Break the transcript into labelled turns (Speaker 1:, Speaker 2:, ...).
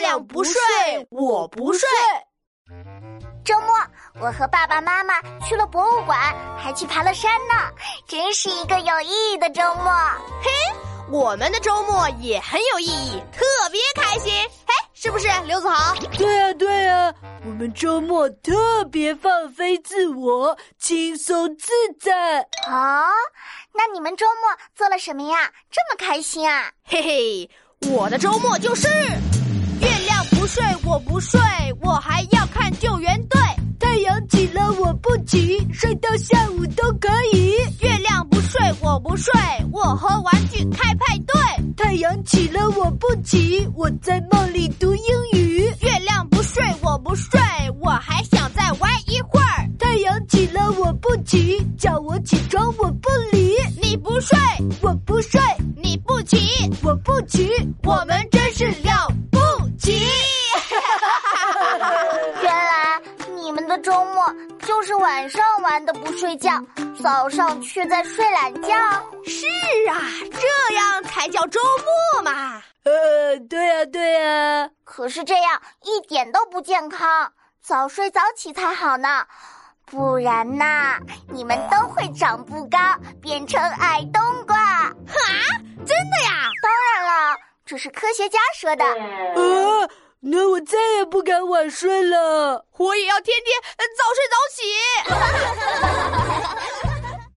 Speaker 1: 亮不睡，我不睡。
Speaker 2: 周末，我和爸爸妈妈去了博物馆，还去爬了山呢，真是一个有意义的周末。
Speaker 1: 嘿，我们的周末也很有意义，特别开心。嘿，是不是刘子豪？
Speaker 3: 对啊，对啊，我们周末特别放飞自我，轻松自在。
Speaker 2: 哦，那你们周末做了什么呀？这么开心啊！
Speaker 1: 嘿嘿，我的周末就是月亮不睡，我不睡，我还要看救援队。
Speaker 3: 太阳起了我不起，睡到下午都可以。
Speaker 1: 月亮不睡，我不睡，我和玩具开派对。
Speaker 3: 太阳起了我不起，我在梦里读英语。
Speaker 1: 月亮不睡，我不睡，我还想再玩一会儿。
Speaker 3: 太阳起了我不起，叫我起床我不理。
Speaker 1: 你不睡，
Speaker 3: 我不睡，
Speaker 1: 你不起，
Speaker 3: 我不起，
Speaker 1: 我们真是了不起。
Speaker 2: 原来你们的周末就是晚上玩的不睡觉，早上却在睡懒觉。
Speaker 1: 是啊，这样才叫周末嘛。
Speaker 3: 呃，对啊，对啊。
Speaker 2: 可是这样一点都不健康，早睡早起才好呢，不然呐，你们都会长不高，变成矮冬瓜。
Speaker 1: 啊，真的呀？
Speaker 2: 当然了，这是科学家说的。
Speaker 3: 啊，那我再也不敢晚睡了。
Speaker 1: 我也要天天呃早睡早起。